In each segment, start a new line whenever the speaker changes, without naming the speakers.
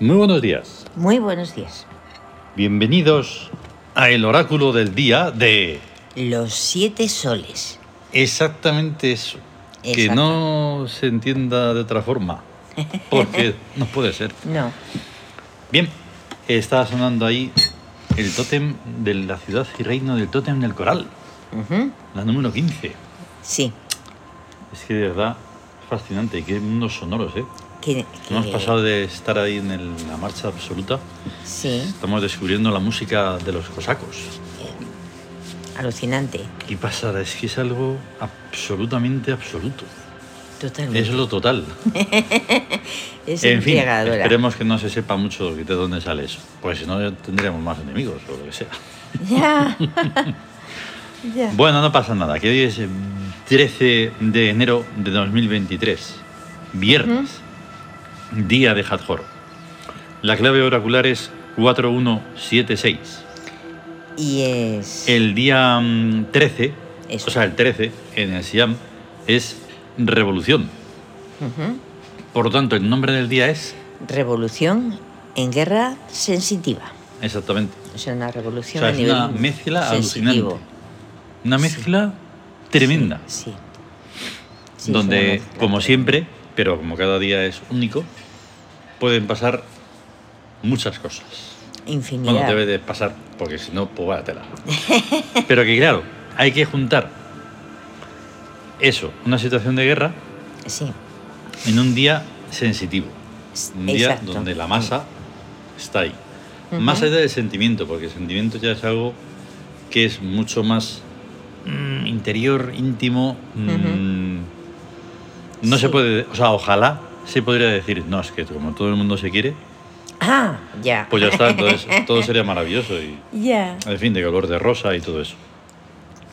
Muy buenos días.
Muy buenos días.
Bienvenidos a el oráculo del día de
Los siete soles.
exactamente eso. Que
Exacto.
no se entienda de otra forma, porque no puede ser.
No.
Bien, está sonando ahí el tótem de la ciudad y reino del tótem del coral,
Ujú.
la número 15.
Sí.
Es que de verdad es fascinante, qué mundos sonoros, ¿eh?
Que,
Hemos
que-
pasado de estar ahí en el- la marcha absoluta,
Sí,
estamos descubriendo la música de los cosacos.
alucinante.
Y pasada, es que es algo absolutamente absoluto. Es
Totalmente.
lo total.
Mm. Es,
en fin,
embriagadora.
esperemos que no se sepa mucho de dónde sale eso. Pues si no, tendríamos más enemigos o lo que sea.
Ya. ya.
Bueno, no pasa nada, que hoy es eh, 13 de enero de 2023, viernes, día de Hathor. La clave oracular es 4176.
Y es.
El día mm, 13,
Eso.
o sea, el 13 en el Siam es revolución.
Ujú.
Por lo tanto, el nombre del día es
Revolución en guerra sensitiva.
exactamente
O sea, una revolución
O sea,
a
es
nivel
una mezcla
sensitivo.
alucinante. una mezcla tremenda.
Sí. Sí, es una
donde,
mezcla
como
tremenda.
siempre, pero como cada día es único, pueden pasar muchas cosas.
Infinidad.
Bueno, debe de pasar, porque si no, pues vaya tela. pero que claro, hay que juntar eso, una situación de guerra,
Sí.
en un día sensitivo. Un día
Exacto.
donde la masa está ahí. Más allá del sentimiento, porque el sentimiento ya es algo que es mucho más mm, interior, íntimo. mm, No se
Sí.
puede, o sea, ojalá se podría decir, no, es que como todo el mundo se quiere,
Ah, ya.
pues ya está, entonces todo sería maravilloso y,
Ya.
en fin, de color de rosa y todo eso.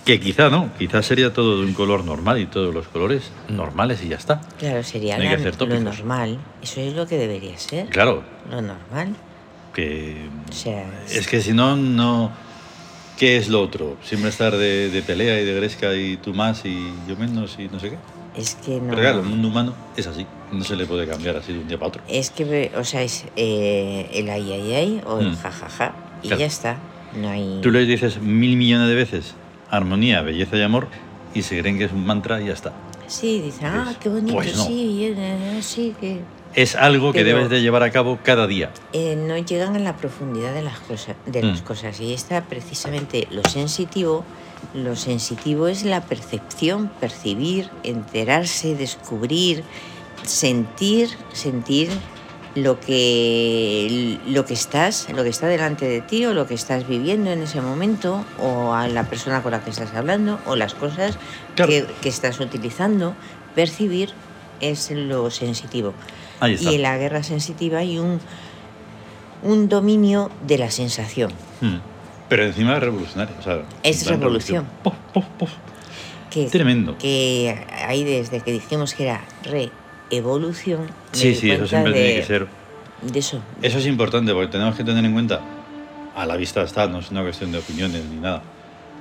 Que quizá no, quizá sería todo de un color normal y todos los colores normales y ya está.
Claro, sería
Hay que
la-
hacer
lo
tópicos.
normal. Eso es lo que debería ser.
Claro,
Lo normal.
que
O sea,
Es que si no, no. ¿Qué es lo otro? Siempre estar de, de pelea y de gresca y tú más y yo menos y no sé qué.
es que no.
Pero claro, el mundo humano es así. No se le puede cambiar así de un día para otro.
Es que, ve- o sea, es eh, el ay, ay, ay o el
Mm.
jajaja. y
Claro.
ya está. No hay.
Tú le dices mil millones de veces armonía, belleza y amor y se creen que es un mantra y ya está.
Sí, dicen, ah,
Pues-
qué bonito,
pues no.
sí, eh, eh, sí, que.
Es algo que
Pero-
debes de llevar a cabo cada día.
Eh, no llegan a la profundidad de las cosas. De las
Mm.
cosas. Y está precisamente lo sensitivo. Lo sensitivo es la percepción, percibir, enterarse, descubrir, sentir, sentir lo que, lo que estás, lo que está delante de ti o lo que estás viviendo en ese momento o a la persona con la que estás hablando o las cosas
Claro.
que, que estás utilizando. Percibir es lo sensitivo.
Ahí está.
Y en la guerra sensitiva hay un, un dominio de la sensación.
Mm. Pero encima es revolucionario. o sea,
Es
en plan
revolución.
Puf, puf, puf.
Que,
Tremendo.
Que ahí desde que dijimos que era re-evolución. me
Sí,
di
sí, eso
cuenta
siempre
de,
tiene que ser
De eso.
Eso es importante porque tenemos que tener en cuenta, a la vista está, no es una cuestión de opiniones ni nada,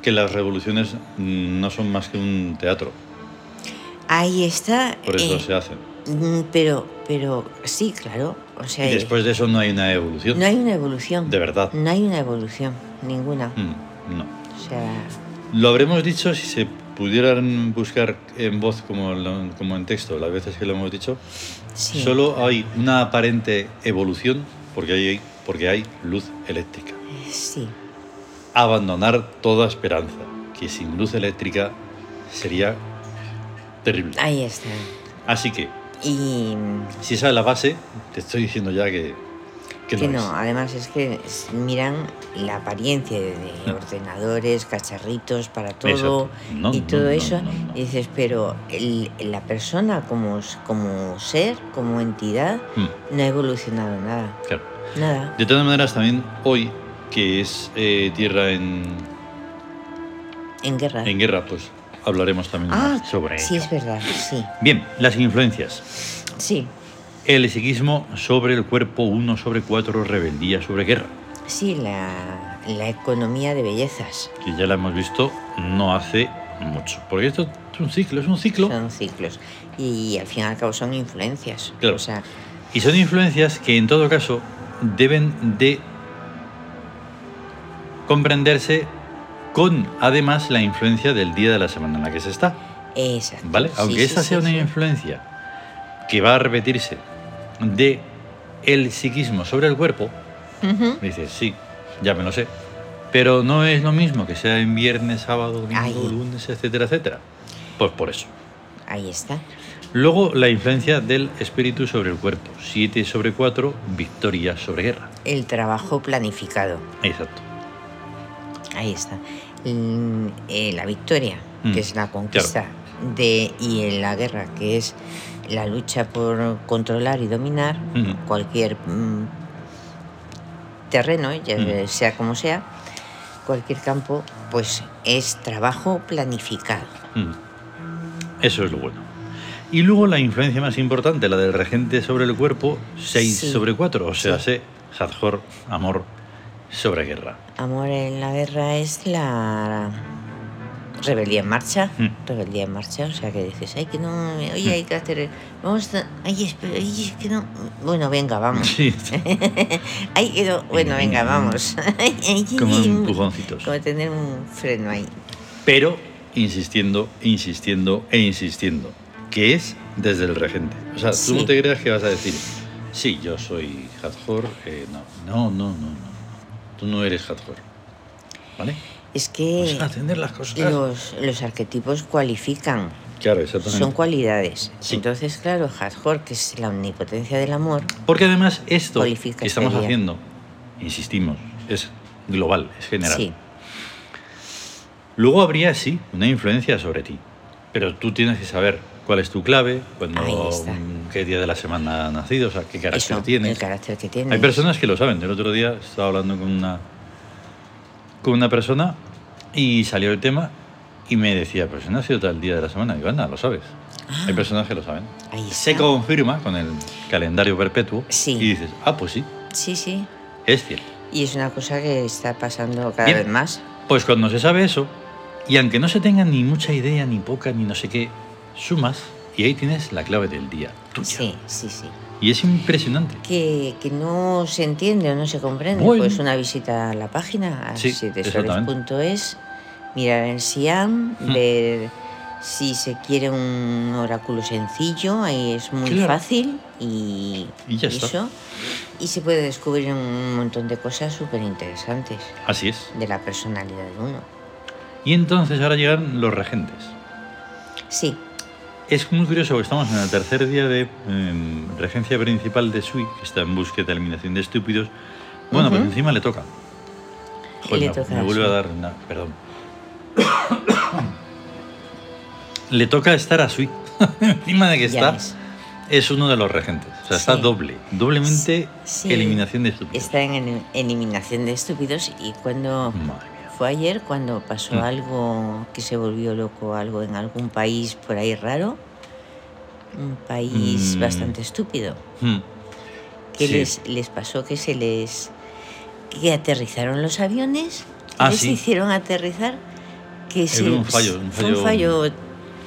que las revoluciones mm, no son más que un teatro,
Ahí está.
por eso
eh,
se hacen.
mm, pero, pero sí, claro. O sea,
Y
eh,
después de eso no hay una evolución.
no hay una evolución.
De verdad.
No hay una evolución, ninguna.
Mm, no.
O sea,
Lo habremos dicho si se pudieran buscar en voz como, lo- como en texto, las veces que lo hemos dicho,
sí.
solo hay una aparente evolución porque hay, porque hay luz eléctrica.
Sí,
Abandonar toda esperanza, que sin luz eléctrica sería terrible.
ahí está.
Así que,
Y mm,
si esa es la base, te estoy diciendo ya que, que
Que
no,
no, además es que s- miran la apariencia de, de
Mm.
ordenadores, cacharritos para todo
Exacto. No,
y
no,
todo
no,
eso.
no, no.
Y dices, pero el- la persona como, s- como ser, como entidad,
es. Mm,
no ha evolucionado nada.
claro.
Nada.
De todas maneras, también hoy, que es eh, tierra en,
En guerra.
en guerra, pues hablaremos también
ah,
más sobre
sí,
ello.
es verdad. Sí,
Bien, las influencias.
sí,
El psiquismo sobre el cuerpo 1 sobre 4, rebeldía sobre guerra,
sí, la, la economía de bellezas.
que ya la hemos visto no hace mucho. Porque esto es un ciclo, es un ciclo.
Son ciclos. Y, al fin y al cabo son influencias.
Claro.
O sea,
Y son influencias que en todo caso deben de comprenderse con además la influencia del día de la semana en la que se está.
Exacto.
¿Vale?
Sí,
Aunque
sí,
esta
sí,
sea una
sí.
influencia que va a repetirse de el psiquismo sobre el cuerpo,
Ujú.
dices, sí, ya me lo sé. Pero no es lo mismo que sea en viernes, sábado, domingo,
Ahí.
lunes, etcétera, etcétera. Pues por eso.
Ahí está.
Luego, la influencia del espíritu sobre el cuerpo. 7 sobre 4, victoria sobre guerra.
El trabajo planificado.
Exacto.
Ahí está. Mm, eh, la victoria,
Mm,
que es la conquista, de, y en la guerra, que es la lucha por controlar y dominar
Ujú.
cualquier mm, terreno, ya
Mm.
sea como sea, cualquier campo, pues es trabajo planificado.
Mm. Eso es lo bueno. Y luego la influencia más importante, la del regente sobre el cuerpo, 6
Sí.
sobre 4, o sea,
Sí.
sé, Hathor, amor sobre guerra.
Amor en la guerra es la rebeldía en marcha.
Mm.
Rebeldía en marcha, o sea que dices, ay, que no, oye, hay que hacer. Vamos, a- ay, espera, ay, es que no. Bueno, venga, vamos.
Sí,
Ay, que no. Bueno, venga, vamos. Ay, ay, ay,
como
ay,
empujoncitos.
Como tener un freno ahí.
Pero insistiendo, insistiendo e insistiendo, que es desde el regente. O sea, tú
Sí.
no te creas que vas a decir, sí, yo soy Hathor, eh, no. no, no, no, no, tú no eres Hathor. ¿Vale?
Es
O sea,
que
atender las cosas.
los, los arquetipos cualifican,
Claro, exactamente.
son cualidades.
Sí.
Entonces, claro, Hathor, que es la omnipotencia del amor,
Porque además esto
Cualifica
que estamos
sería.
haciendo, insistimos, es global, es general.
sí,
Luego habría, sí, una influencia sobre ti. Pero tú tienes que saber cuál es tu clave,
Ahí
cuándo,
está.
mm, qué día de la semana has nacido, o sea, qué carácter
eso, el
tienes.
carácter que tiene.
Hay personas que lo saben. El otro día estaba hablando con una, con una persona y salió el tema y me decía, pero si no ha sido tal día de la semana. Digo, anda, lo sabes.
Ah.
Hay personas que lo saben.
Ahí está.
Se confirma con el calendario perpetuo
Sí.
y dices, ah, pues sí,
Sí, sí.
es cierto.
Y es una cosa que está pasando cada
Bien.
vez más.
Pues cuando se sabe eso, y aunque no se tenga ni mucha idea, ni poca, ni no sé qué, sumas y ahí tienes la clave del día, tuya.
Sí, sí, sí.
Y es impresionante.
Que, que no se entiende o no se comprende.
Bueno.
Pues una visita a la página, a
Sí,
sietesoles.es, mirar en Siam,
Mm.
ver si se quiere un oráculo sencillo, ahí es muy
Claro.
fácil y,
Y ya está.
eso. Y se puede descubrir un montón de cosas súper interesantes
Así es.
de la personalidad de uno.
Y entonces ahora llegan los regentes.
Sí,
Es muy curioso, porque estamos en el tercer día de em, regencia principal de Sui, que está en búsqueda de eliminación de estúpidos. Bueno, pues
Ujú.
encima le toca. Joder,
Le
me,
toca
me
a
vuelve a
Sui.
dar una... Perdón. le toca estar a Sui. encima de que
ya
está...
ves.
Es uno de los regentes. O sea, está
Sí.
doble. Doblemente
Sí.
eliminación de estúpidos.
Está en el- eliminación de estúpidos y cuando
Madre mía.
fue ayer cuando pasó
Mm.
algo que se volvió loco, algo en algún país por ahí raro, un país
Mm.
bastante estúpido,
Hmm.
que
Sí.
les, les pasó que se les que aterrizaron los aviones, que
Ah,
les
sí. Eh,
hicieron aterrizar, que se-
un fallo, un
fue un
fallo-
fallo,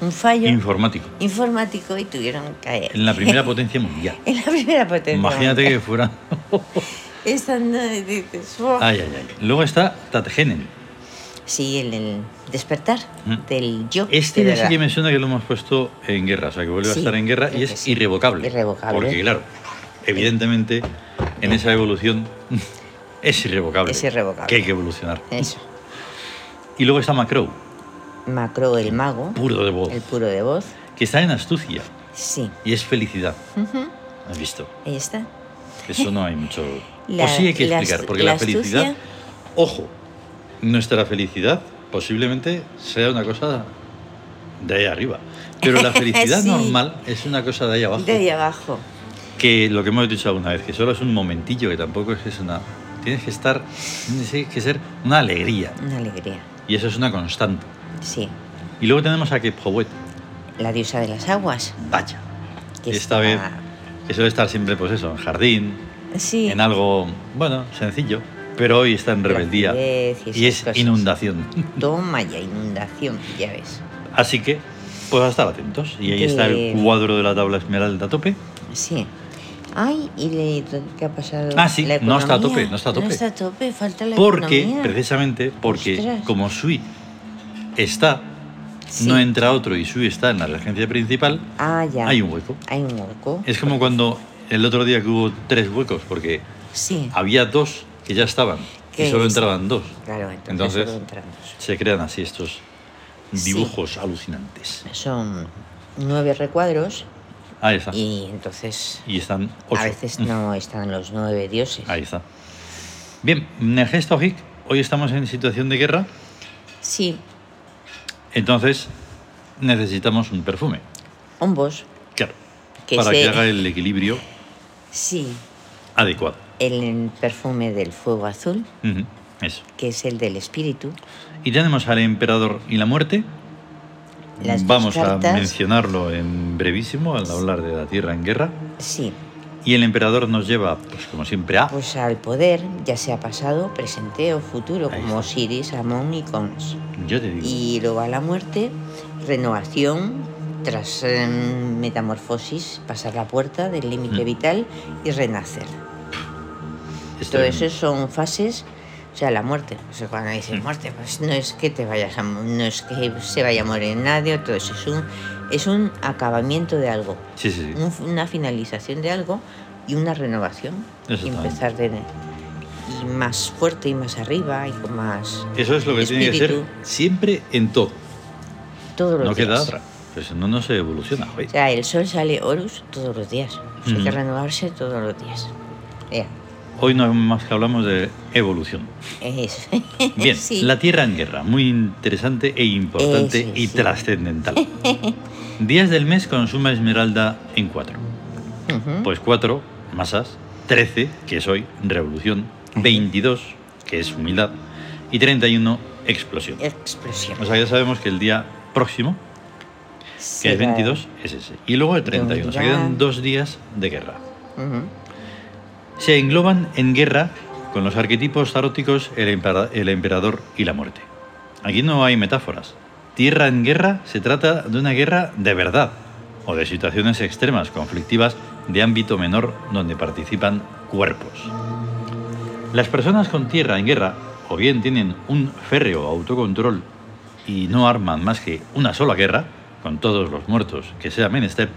un fallo
Informático.
informático y tuvieron que caer
En la primera potencia mundial.
en la primera potencia.
Imagínate que fuera.
Estando y dices, "Oh".
Ay, ay, ay. Luego está Tatgenen.
Sí, el, el despertar
Mm.
del yo.
Este
de
ya sí
verdad.
que me suena que lo hemos puesto en guerra, o sea que vuelve
Sí,
a estar en guerra
creo
y
que
es
sí.
irrevocable.
Irrevocable.
Porque, claro, evidentemente en esa evolución es irrevocable.
Es irrevocable. Eh.
Que hay que evolucionar.
Eso.
Y luego está Macro,
Macro, el mago,
puro de voz,
el puro de voz.
que está en astucia
Sí.
y es felicidad.
Ujú,
¿Has visto?
Ahí está.
Eso no hay mucho.
La-
o sí hay que
la
explicar,
astu-
porque la,
la astucia-
felicidad. Ojo, nuestra felicidad posiblemente sea una cosa de ahí arriba. Pero la felicidad
Sí.
normal es una cosa de ahí abajo.
De ahí abajo.
Que lo que hemos dicho alguna vez, que solo es un momentillo, que tampoco es que es una. Tienes que estar. Tienes que ser una alegría.
Una alegría.
Y eso es una constante.
Sí.
Y luego tenemos a Kepowet.
La diosa de las aguas.
Vaya.
que
Esta vez. Que suele estar siempre, pues eso, en jardín,
Sí.
en algo, bueno, sencillo. Pero hoy está en rebeldía.
acidez y esas
Y es
cosas.
inundación.
Toma ya, inundación, ya ves.
Así que, pues a estar atentos. Y ahí está el
Bien.
cuadro de la tabla esmeralda a tope.
Sí. Ay, ¿y le- qué ha pasado?
Ah, sí,
La
no está a
economía.
tope, no está a tope.
No está a tope, falta la
Porque,
economía.
precisamente, porque
Ostras.
como Sui está,
Sí.
no entra otro y Sui está en la regencia principal,
Ah, ya.
hay un hueco.
Hay un hueco.
Es como cuando el otro día que hubo tres huecos, porque
Sí,
había dos que ya estaban y
Que
solo
es-
entraban dos.
claro, entonces,
Entonces-
solo entran dos.
Se crean así estos
Sí.
dibujos alucinantes.
Son nueve recuadros
Ahí está. Y,
y entonces
están ocho.
a veces
Mm.
no están los nueve dioses.
Ahí está. Bien, Nergesto Hic, hoy estamos en situación de guerra,
Sí,
entonces necesitamos un perfume.
hombos.
Claro.
Que
para
se-
que haga el equilibrio
Sí,
adecuado.
el perfume del fuego azul,
Ujú, Eso.
que es el del espíritu.
Y tenemos al emperador y la muerte.
Las dos
Vamos a
cartas.
mencionarlo en brevísimo al hablar de la Tierra en guerra.
Sí,
Y el emperador nos lleva, pues como siempre, a...
pues al poder, ya sea pasado, presente o futuro,
Ahí
como
está.
Osiris, Amón y Cons.
Yo te digo.
Y luego a la muerte, renovación tras eh, metamorfosis, pasar la puerta del límite
Mm.
vital y renacer.
es
Todo
tremendo.
eso son fases, o sea, la muerte. O sea, cuando dices
Mm.
muerte, pues no es que te vayas a, mo- no es que se vaya a morir nadie, todo eso es un, es un acabamiento de algo,
Sí, sí, sí.
un- una finalización de algo y una renovación. Y
Exactamente.
empezar de y más fuerte y más arriba y con más
Eso es lo que tiene que
espíritu.
ser siempre en todo.
todo lo
No
que
queda otra. Pues no, no se evoluciona. joder.
O sea, el sol sale Horus todos los días. O sea, Hay que
Ujú.
renovarse todos los días. Ya,
Hoy no más que hablamos de evolución.
es.
Bien,
Sí.
la Tierra en guerra, muy interesante e importante
Ese,
y
sí.
trascendental. Días del mes con suma esmeralda en cuatro.
Ujú.
Pues cuatro, masas, 13, que es hoy, revolución, 22, que es humildad, y 31, explosión.
Explosión.
O sea, ya sabemos que el día próximo, que es
Será-
22, es ese. Y luego el 31. O sea, quedan
humildad.
dos días de guerra.
Ujú.
Se engloban en guerra con los arquetipos taróticos el, empera- el emperador y la muerte. Aquí no hay metáforas. Tierra en guerra se trata de una guerra de verdad o de situaciones extremas, conflictivas, de ámbito menor donde participan cuerpos. Las personas con tierra en guerra o bien tienen un férreo autocontrol y no arman más que una sola guerra, con todos los muertos que sea menester,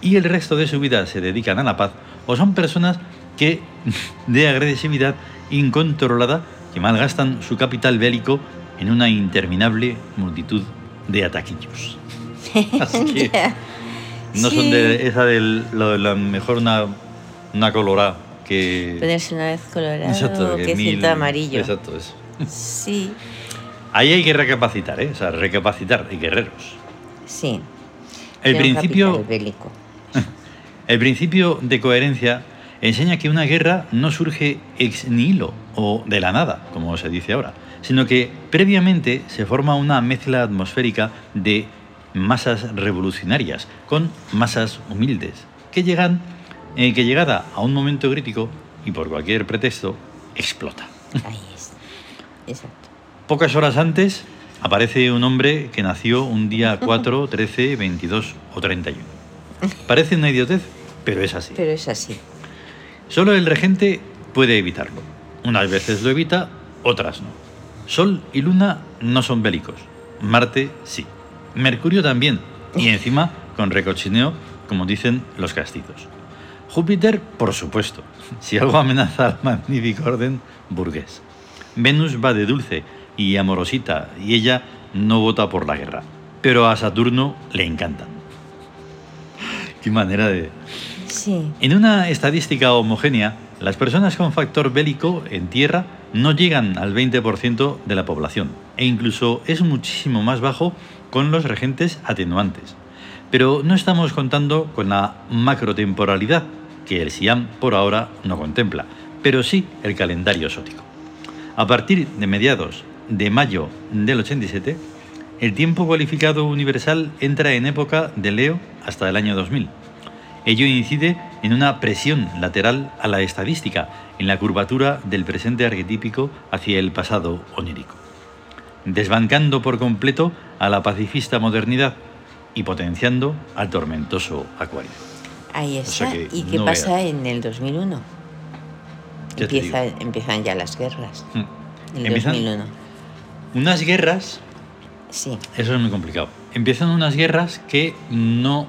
y el resto de su vida se dedican a la paz, o son personas que de agresividad incontrolada que malgastan su capital bélico en una interminable multitud de ataquillos. Así que no son de esa del lo de la mejor una, una colorada que
Ponerse una vez colorado,
Exacto,
que,
que
es
mil-
cinta amarillo.
Exacto, eso.
Sí,
Ahí hay que recapacitar, ¿eh? O sea, recapacitar, y guerreros.
sí.
El
Tiene un
principio,
capital bélico.
el principio de coherencia enseña que una guerra no surge ex nihilo o de la nada, como se dice ahora, sino que previamente se forma una mezcla atmosférica de masas revolucionarias con masas humildes, que llegan, eh, que llegada a un momento crítico y por cualquier pretexto, explota.
Ahí es. Exacto.
Pocas horas antes aparece un hombre que nació un día 4, 13, 22 o 31. Parece una idiotez, pero es así.
Pero es así.
Solo el regente puede evitarlo. Unas veces lo evita, otras no. Sol y Luna no son bélicos. Marte sí. Mercurio también. Y encima con recochineo, como dicen los castizos. Júpiter, por supuesto. Si algo amenaza al magnífico orden burgués. Venus va de dulce y amorosita y ella no vota por la guerra. Pero a Saturno le encanta. Qué manera de,
Sí.
en una estadística homogénea, las personas con factor bélico en tierra no llegan al 20% de la población e incluso es muchísimo más bajo con los regentes atenuantes. Pero no estamos contando con la macrotemporalidad que el SIAM por ahora no contempla, pero sí el calendario sótico. A partir de mediados de mayo del 87, el tiempo cualificado universal entra en época de Leo hasta el año 2000. Ello incide en una presión lateral a la estadística, en la curvatura del presente arquetípico hacia el pasado onírico, desbancando por completo a la pacifista modernidad y potenciando al tormentoso acuario.
Ahí
O
está.
sea que
¿Y qué
no
pasa
veas.
en el 2001?
Ya te
Empieza- empiezan ya las guerras.
Hmm.
En el
Empiezan-
2001.
Unas guerras,
Sí,
eso es muy complicado. Empiezan unas guerras que no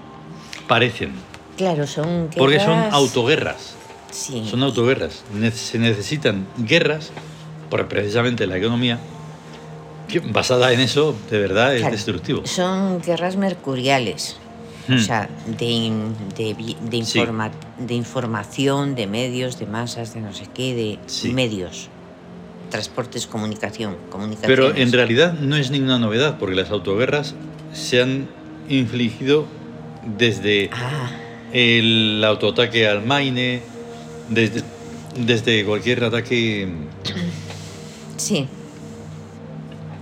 parecen,
claro, son guerras...
porque son autoguerras.
Sí,
Son autoguerras. Ne- Se necesitan guerras por precisamente la economía. que basada en eso, de verdad, es
Claro.
destructivo.
son guerras mercuriales.
Hmm.
O sea, de, in- de vi- de
Sí.
informa- de información, de medios, de masas, de no sé qué, de
Sí.
medios. Transportes, comunicación, comunicaciones.
Pero en realidad no es ninguna novedad, porque las autoguerras se han infligido desde
Ah,
el autoataque al Maine, desde, desde cualquier ataque,
sí,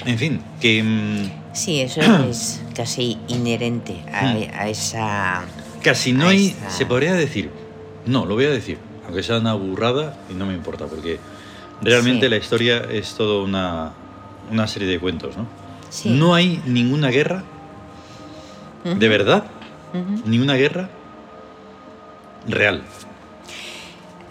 en fin, que mm,
sí, eso es casi inherente a,
Hmm.
a esa...
casi no
Ahí
hay,
está.
se podría decir, no, lo voy a decir, aunque sea una burrada y no me importa, porque realmente
Sí.
la historia es toda una, una serie de cuentos, ¿no?
Sí.
No hay ninguna guerra,
Ujú,
de verdad,
ujú.
ninguna guerra real.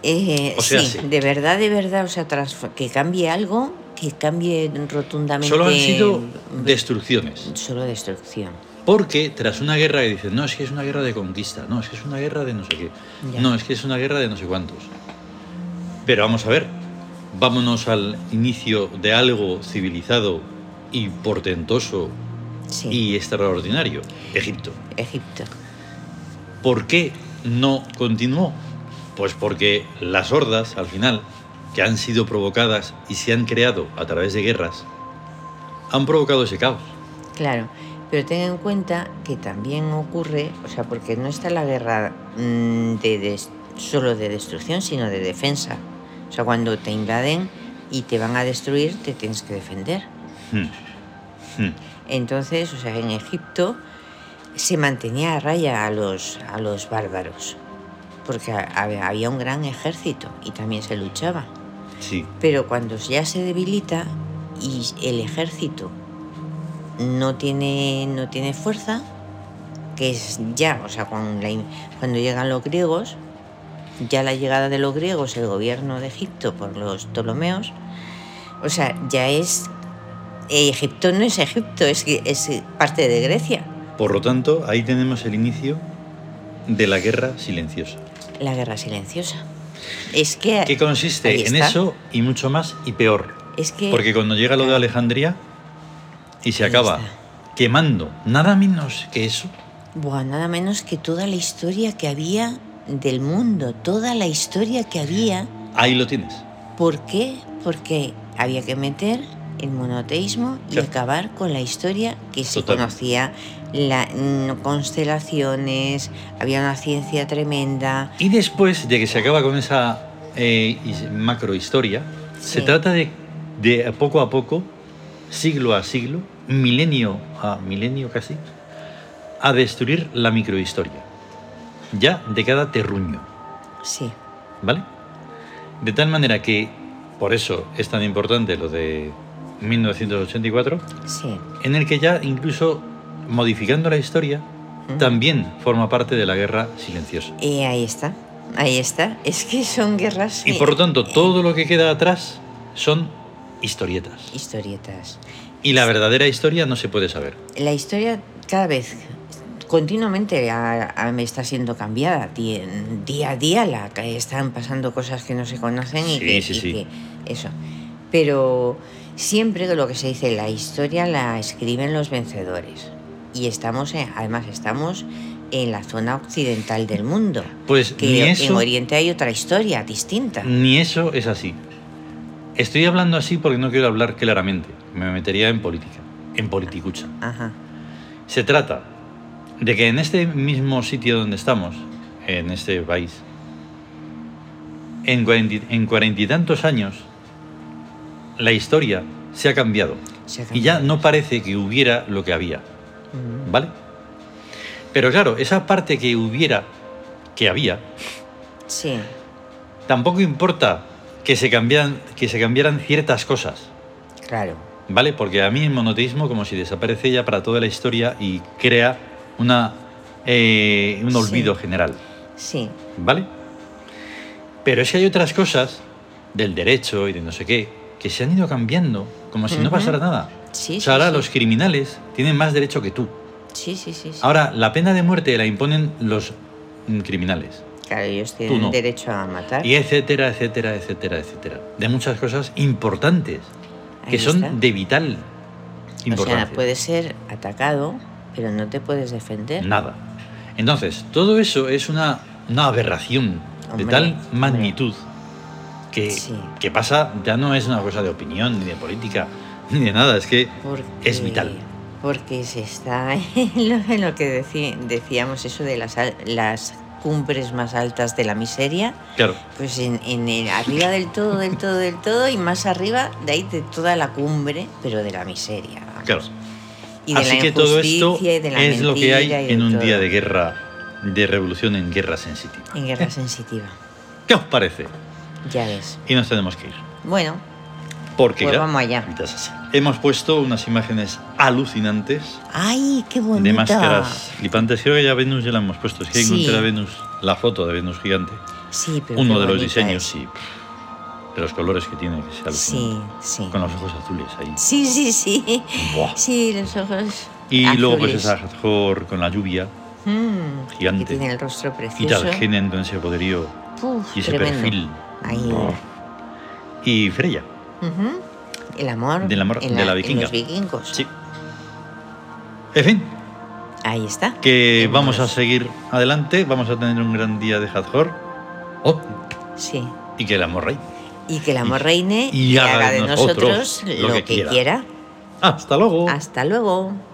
Eh,
O sea,
sí,
sí.
de verdad, de verdad, o sea, transfo- que cambie algo, que cambie rotundamente...
Solo han sido destrucciones.
Solo destrucción.
Porque tras una guerra que dicen, no, es que es una guerra de conquista, no, es que es una guerra de no sé qué,
Ya.
no, es que es una guerra de no sé cuántos. Pero vamos a ver, vámonos al inicio de algo civilizado y portentoso
Sí,
y extraordinario, Egipto.
Egipto.
¿Por qué no continuó? Pues porque las hordas, al final, que han sido provocadas y se han creado a través de guerras, han provocado ese caos.
Claro, pero ten en cuenta que también ocurre, o sea, porque no está la guerra mm, de des- solo de destrucción, sino de defensa. O sea, cuando te invaden y te van a destruir, te tienes que defender.
Hmm. Hmm.
Entonces, o sea, en Egipto se mantenía a raya a los, a los bárbaros, porque ha- ha- había un gran ejército y también se luchaba.
Sí.
Pero cuando ya se debilita y el ejército no tiene, no tiene fuerza, que es ya, o sea, con la in- cuando llegan los griegos, ya la llegada de los griegos, el gobierno de Egipto por los Ptolomeos, o sea, ya es... Egipto no es Egipto, es, que- es parte de Grecia,
Por lo tanto, ahí tenemos el inicio de la guerra silenciosa,
la guerra silenciosa. Es que...
que
Eh, ahí
consiste en
está.
eso y mucho más y peor.
Es que...
Porque cuando llega lo de Alejandría y se
Ahí
acaba quemando nada menos que eso,
Buah, nada menos que toda la historia que había del mundo, toda la historia que había.
ahí lo tienes.
¿Por qué? Porque había que meter el monoteísmo y
Claro.
acabar con la historia que se
Total.
conocía, la, mm, constelaciones, había una ciencia tremenda.
Y después de que se acaba con esa eh, is- macrohistoria, se
Sí.
trata de, de poco a poco, siglo a siglo, milenio a milenio casi, a destruir la microhistoria. Ya de cada terruño.
Sí,
¿Vale? De tal manera que, por eso es tan importante lo de 1984,
sí.
en el que ya incluso modificando la historia,
Ujú.
también forma parte de la guerra silenciosa.
Y ahí está, ahí está. Es que son guerras
Y
eh,
por lo tanto, todo lo que queda atrás son historietas.
historietas.
Y la verdadera historia no se puede saber.
la historia cada vez continuamente a- a- me está siendo cambiada di- día a día la ca- están pasando cosas que no se conocen y,
Sí,
que,
sí,
y
sí.
que- eso pero siempre lo que se dice la historia la escriben los vencedores y estamos en- además estamos en la zona occidental del mundo
Pues ni
que en
eso,
Oriente hay otra historia distinta
ni eso es así. Estoy hablando así porque no quiero hablar claramente. Me metería en política, en politicucha.
ajá
Se trata de que en este mismo sitio donde estamos, en este país, en cuarenta y- en cuarenta y tantos años, la historia se ha cambiado.
se ha
Y ya
cambiado.
no parece que hubiera lo que había,
Mm,
¿vale? Pero claro, esa parte que hubiera, que había,
sí
tampoco importa que se cambiaran, que se cambiaran ciertas cosas,
claro
¿vale? Porque a mí el monoteísmo como si desaparece ya para toda la historia y crea una, eh, un
Sí.
olvido general.
sí,
¿Vale? Pero es que hay otras cosas del derecho y de no sé qué que se han ido cambiando como si no
Ujú.
pasara nada.
Sí,
o sea,
sí,
ahora
sí.
los criminales tienen más derecho que tú.
sí, sí, sí. sí.
Ahora, la pena de muerte la imponen los mm, criminales.
claro, ellos tienen
no.
derecho a matar.
Y etcétera, etcétera, etcétera, etcétera. De muchas cosas importantes
Ahí
que son
está.
de vital
o
importancia.
sea, puedes ser atacado, pero no te puedes defender.
Nada. Entonces, todo eso es una, una aberración
Hombre,
de tal
hombre.
magnitud que,
Sí.
que pasa, ya no es una cosa de opinión, ni de política, ni de nada, es que
Porque,
es vital.
Porque se está en lo, en lo que deci- decíamos, eso de las, al- las cumbres más altas de la miseria,
Claro,
pues en, en el- arriba del todo, del todo, del todo, y más arriba de ahí de toda la cumbre, pero de la miseria. vamos.
claro.
Y de
Así
la
que todo
injusticia
esto
y de la
es lo que hay
mentira y de
en un
todo.
día de guerra, de revolución en guerra sensitiva.
En guerra sensitiva,
¿Qué os parece?
ya ves.
Y nos tenemos que ir.
Bueno,
Porque
Pues
ya-
vamos allá.
ya se sabe. hemos puesto unas imágenes alucinantes
¡ay, qué bonita!
de máscaras flipantes. Creo que ya Venus ya la hemos puesto. Es que
Sí.
encontré a Venus, la foto de Venus gigante.
Sí, pero
Uno
qué
de los
bonita
diseños
es.
y pff, de los colores que tiene, que es
Sí,
alucinante.
sí.
Con los ojos azules ahí.
Sí, sí, sí.
Buah.
Sí, los ojos.
Y luego pues
azules.
esa Hathor con la lluvia
Mm,
gigante.
Que tiene el rostro
y
precioso.
Targenen con ese poderío
Puf,
y ese
tremendo.
perfil.
Ahí.
Buah. Y Freya.
Ujú. El amor.
Del amor
en
de la
en
vikinga.
los vikingos.
Sí. En fin,
Ahí está.
que
En
vamos a
los-
seguir adelante. Vamos a tener un gran día de Hathor. Oh,
Sí.
y que el amor rey.
Y que el amor reine
y
y, haga de
nosotros
nosotros lo que, quiera.
Hasta luego.
Hasta luego.